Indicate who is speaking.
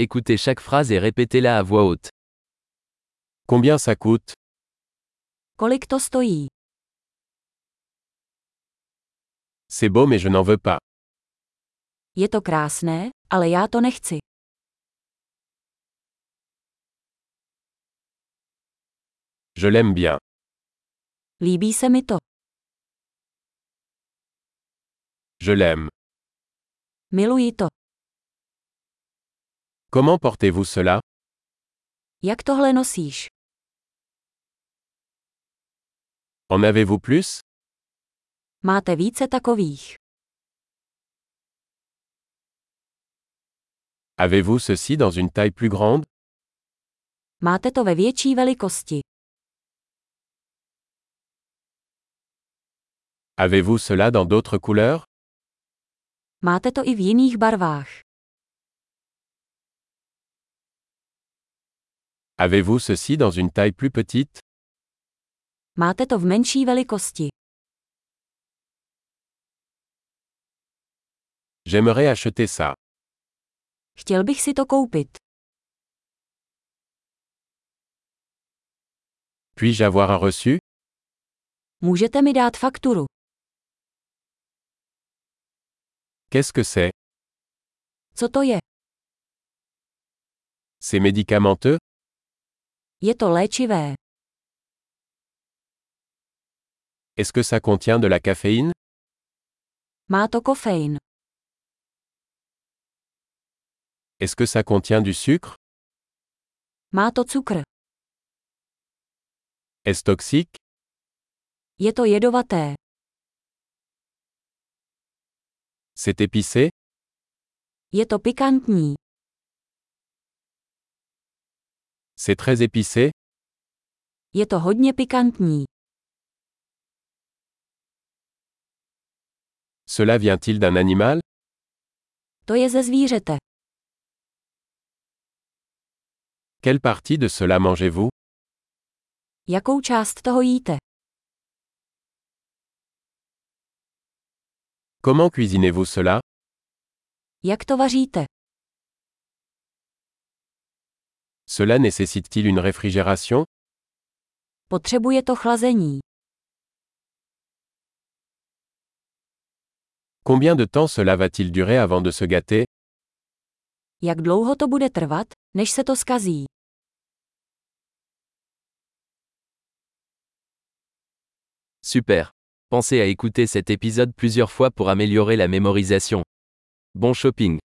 Speaker 1: Écoutez chaque phrase et répétez-la à voix haute.
Speaker 2: Combien ça coûte
Speaker 3: Kolik to stojí?
Speaker 2: C'est beau mais je n'en veux pas.
Speaker 3: Je to krásné, ale já to nechci.
Speaker 2: Je l'aime bien.
Speaker 3: Líbí se mi to.
Speaker 2: Je l'aime.
Speaker 3: Miluji to.
Speaker 2: Comment portez-vous cela
Speaker 3: Jak tohle nosíš?
Speaker 2: En avez-vous plus
Speaker 3: Máte více takových.
Speaker 2: Avez-vous ceci dans une taille plus grande
Speaker 3: Máte to ve větší velikosti.
Speaker 2: Avez-vous cela dans d'autres couleurs
Speaker 3: Máte to i v jiných barvách.
Speaker 2: Avez-vous ceci dans une taille plus petite
Speaker 3: Máte to v menší velikosti.
Speaker 2: J'aimerais acheter ça.
Speaker 3: Chtěl bych si to koupit.
Speaker 2: Puis-je avoir un reçu
Speaker 3: Můžete mi dát fakturu.
Speaker 2: Qu'est-ce que c'est
Speaker 3: Co to je?
Speaker 2: C'est médicamenteux
Speaker 3: Je to léčivé.
Speaker 2: Est-ce que ça contient de la caféine
Speaker 3: Má to kofein.
Speaker 2: Est-ce que ça contient du sucre
Speaker 3: Má to cukr.
Speaker 2: Est-ce toxique
Speaker 3: Je to jedovaté.
Speaker 2: C'est épicé
Speaker 3: Je to pikantní.
Speaker 2: C'est très épicé
Speaker 3: Je to hodně pikantní.
Speaker 2: Cela vient-il d'un animal
Speaker 3: To je ze zvířete.
Speaker 2: Quelle partie de cela mangez-vous
Speaker 3: Jakou část toho jíte?
Speaker 2: Comment cuisinez-vous cela
Speaker 3: Jak to vaříte?
Speaker 2: Cela nécessite-t-il une réfrigération
Speaker 3: Potřebuje to chlazení.
Speaker 2: Combien de temps cela va-t-il durer avant de se gâter
Speaker 3: Jak dlouho to bude trvat, než se to skazí?
Speaker 1: Super. Pensez à écouter cet épisode plusieurs fois pour améliorer la mémorisation. Bon shopping.